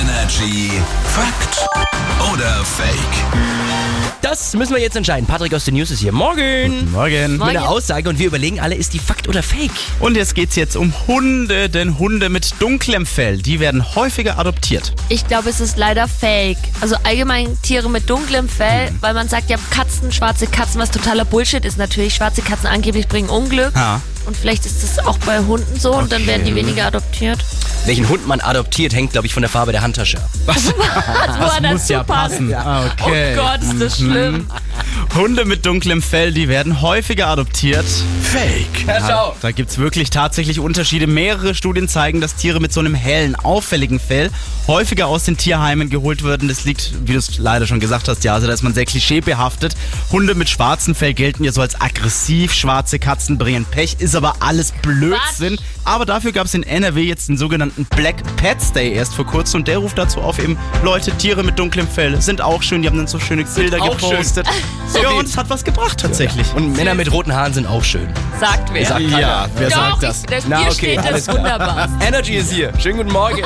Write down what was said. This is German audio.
Energy Fakt oder Fake? Das müssen wir jetzt entscheiden. Patrick aus den News ist hier. Morgen! Morgen. Mit einer Aussage und wir überlegen alle, ist die Fakt oder Fake? Und jetzt geht's jetzt um Hunde, denn Hunde mit dunklem Fell, die werden häufiger adoptiert. Ich glaube, es ist leider fake. Also allgemein Tiere mit dunklem Fell, weil man sagt ja Katzen, schwarze Katzen, was totaler Bullshit ist natürlich. Schwarze Katzen angeblich bringen Unglück. Ja. Und vielleicht ist es auch bei Hunden so und dann werden die weniger adoptiert. Welchen Hund man adoptiert, hängt, glaube ich, von der Farbe der Handtasche ab. Was? Das, muss ja passen. Ah, Okay. Oh Gott, ist das schlimm. Hunde mit dunklem Fell, die werden häufiger adoptiert. Fake. Ja, da gibt's wirklich tatsächlich Unterschiede. Mehrere Studien zeigen, dass Tiere mit so einem hellen, auffälligen Fell häufiger aus den Tierheimen geholt werden. Das liegt, wie du es leider schon gesagt hast, ja, also da ist man sehr klischeebehaftet. Hunde mit schwarzem Fell gelten ja so als aggressiv. Schwarze Katzen bringen Pech, ist aber alles Blödsinn. Aber dafür gab's in NRW jetzt den sogenannten Black Pets Day erst vor kurzem und der ruft dazu auf eben, Leute, Tiere mit dunklem Fell sind auch schön, die haben dann so schöne Bilder auch schön. gepostet. Ja, und es hat was gebracht tatsächlich. Und Männer mit roten Haaren sind auch schön. Sagt wer. Sagt keiner. wer Doch, ich, das, Na, hier okay, steht alles das wunderbar. Energy ist hier. Schönen guten Morgen.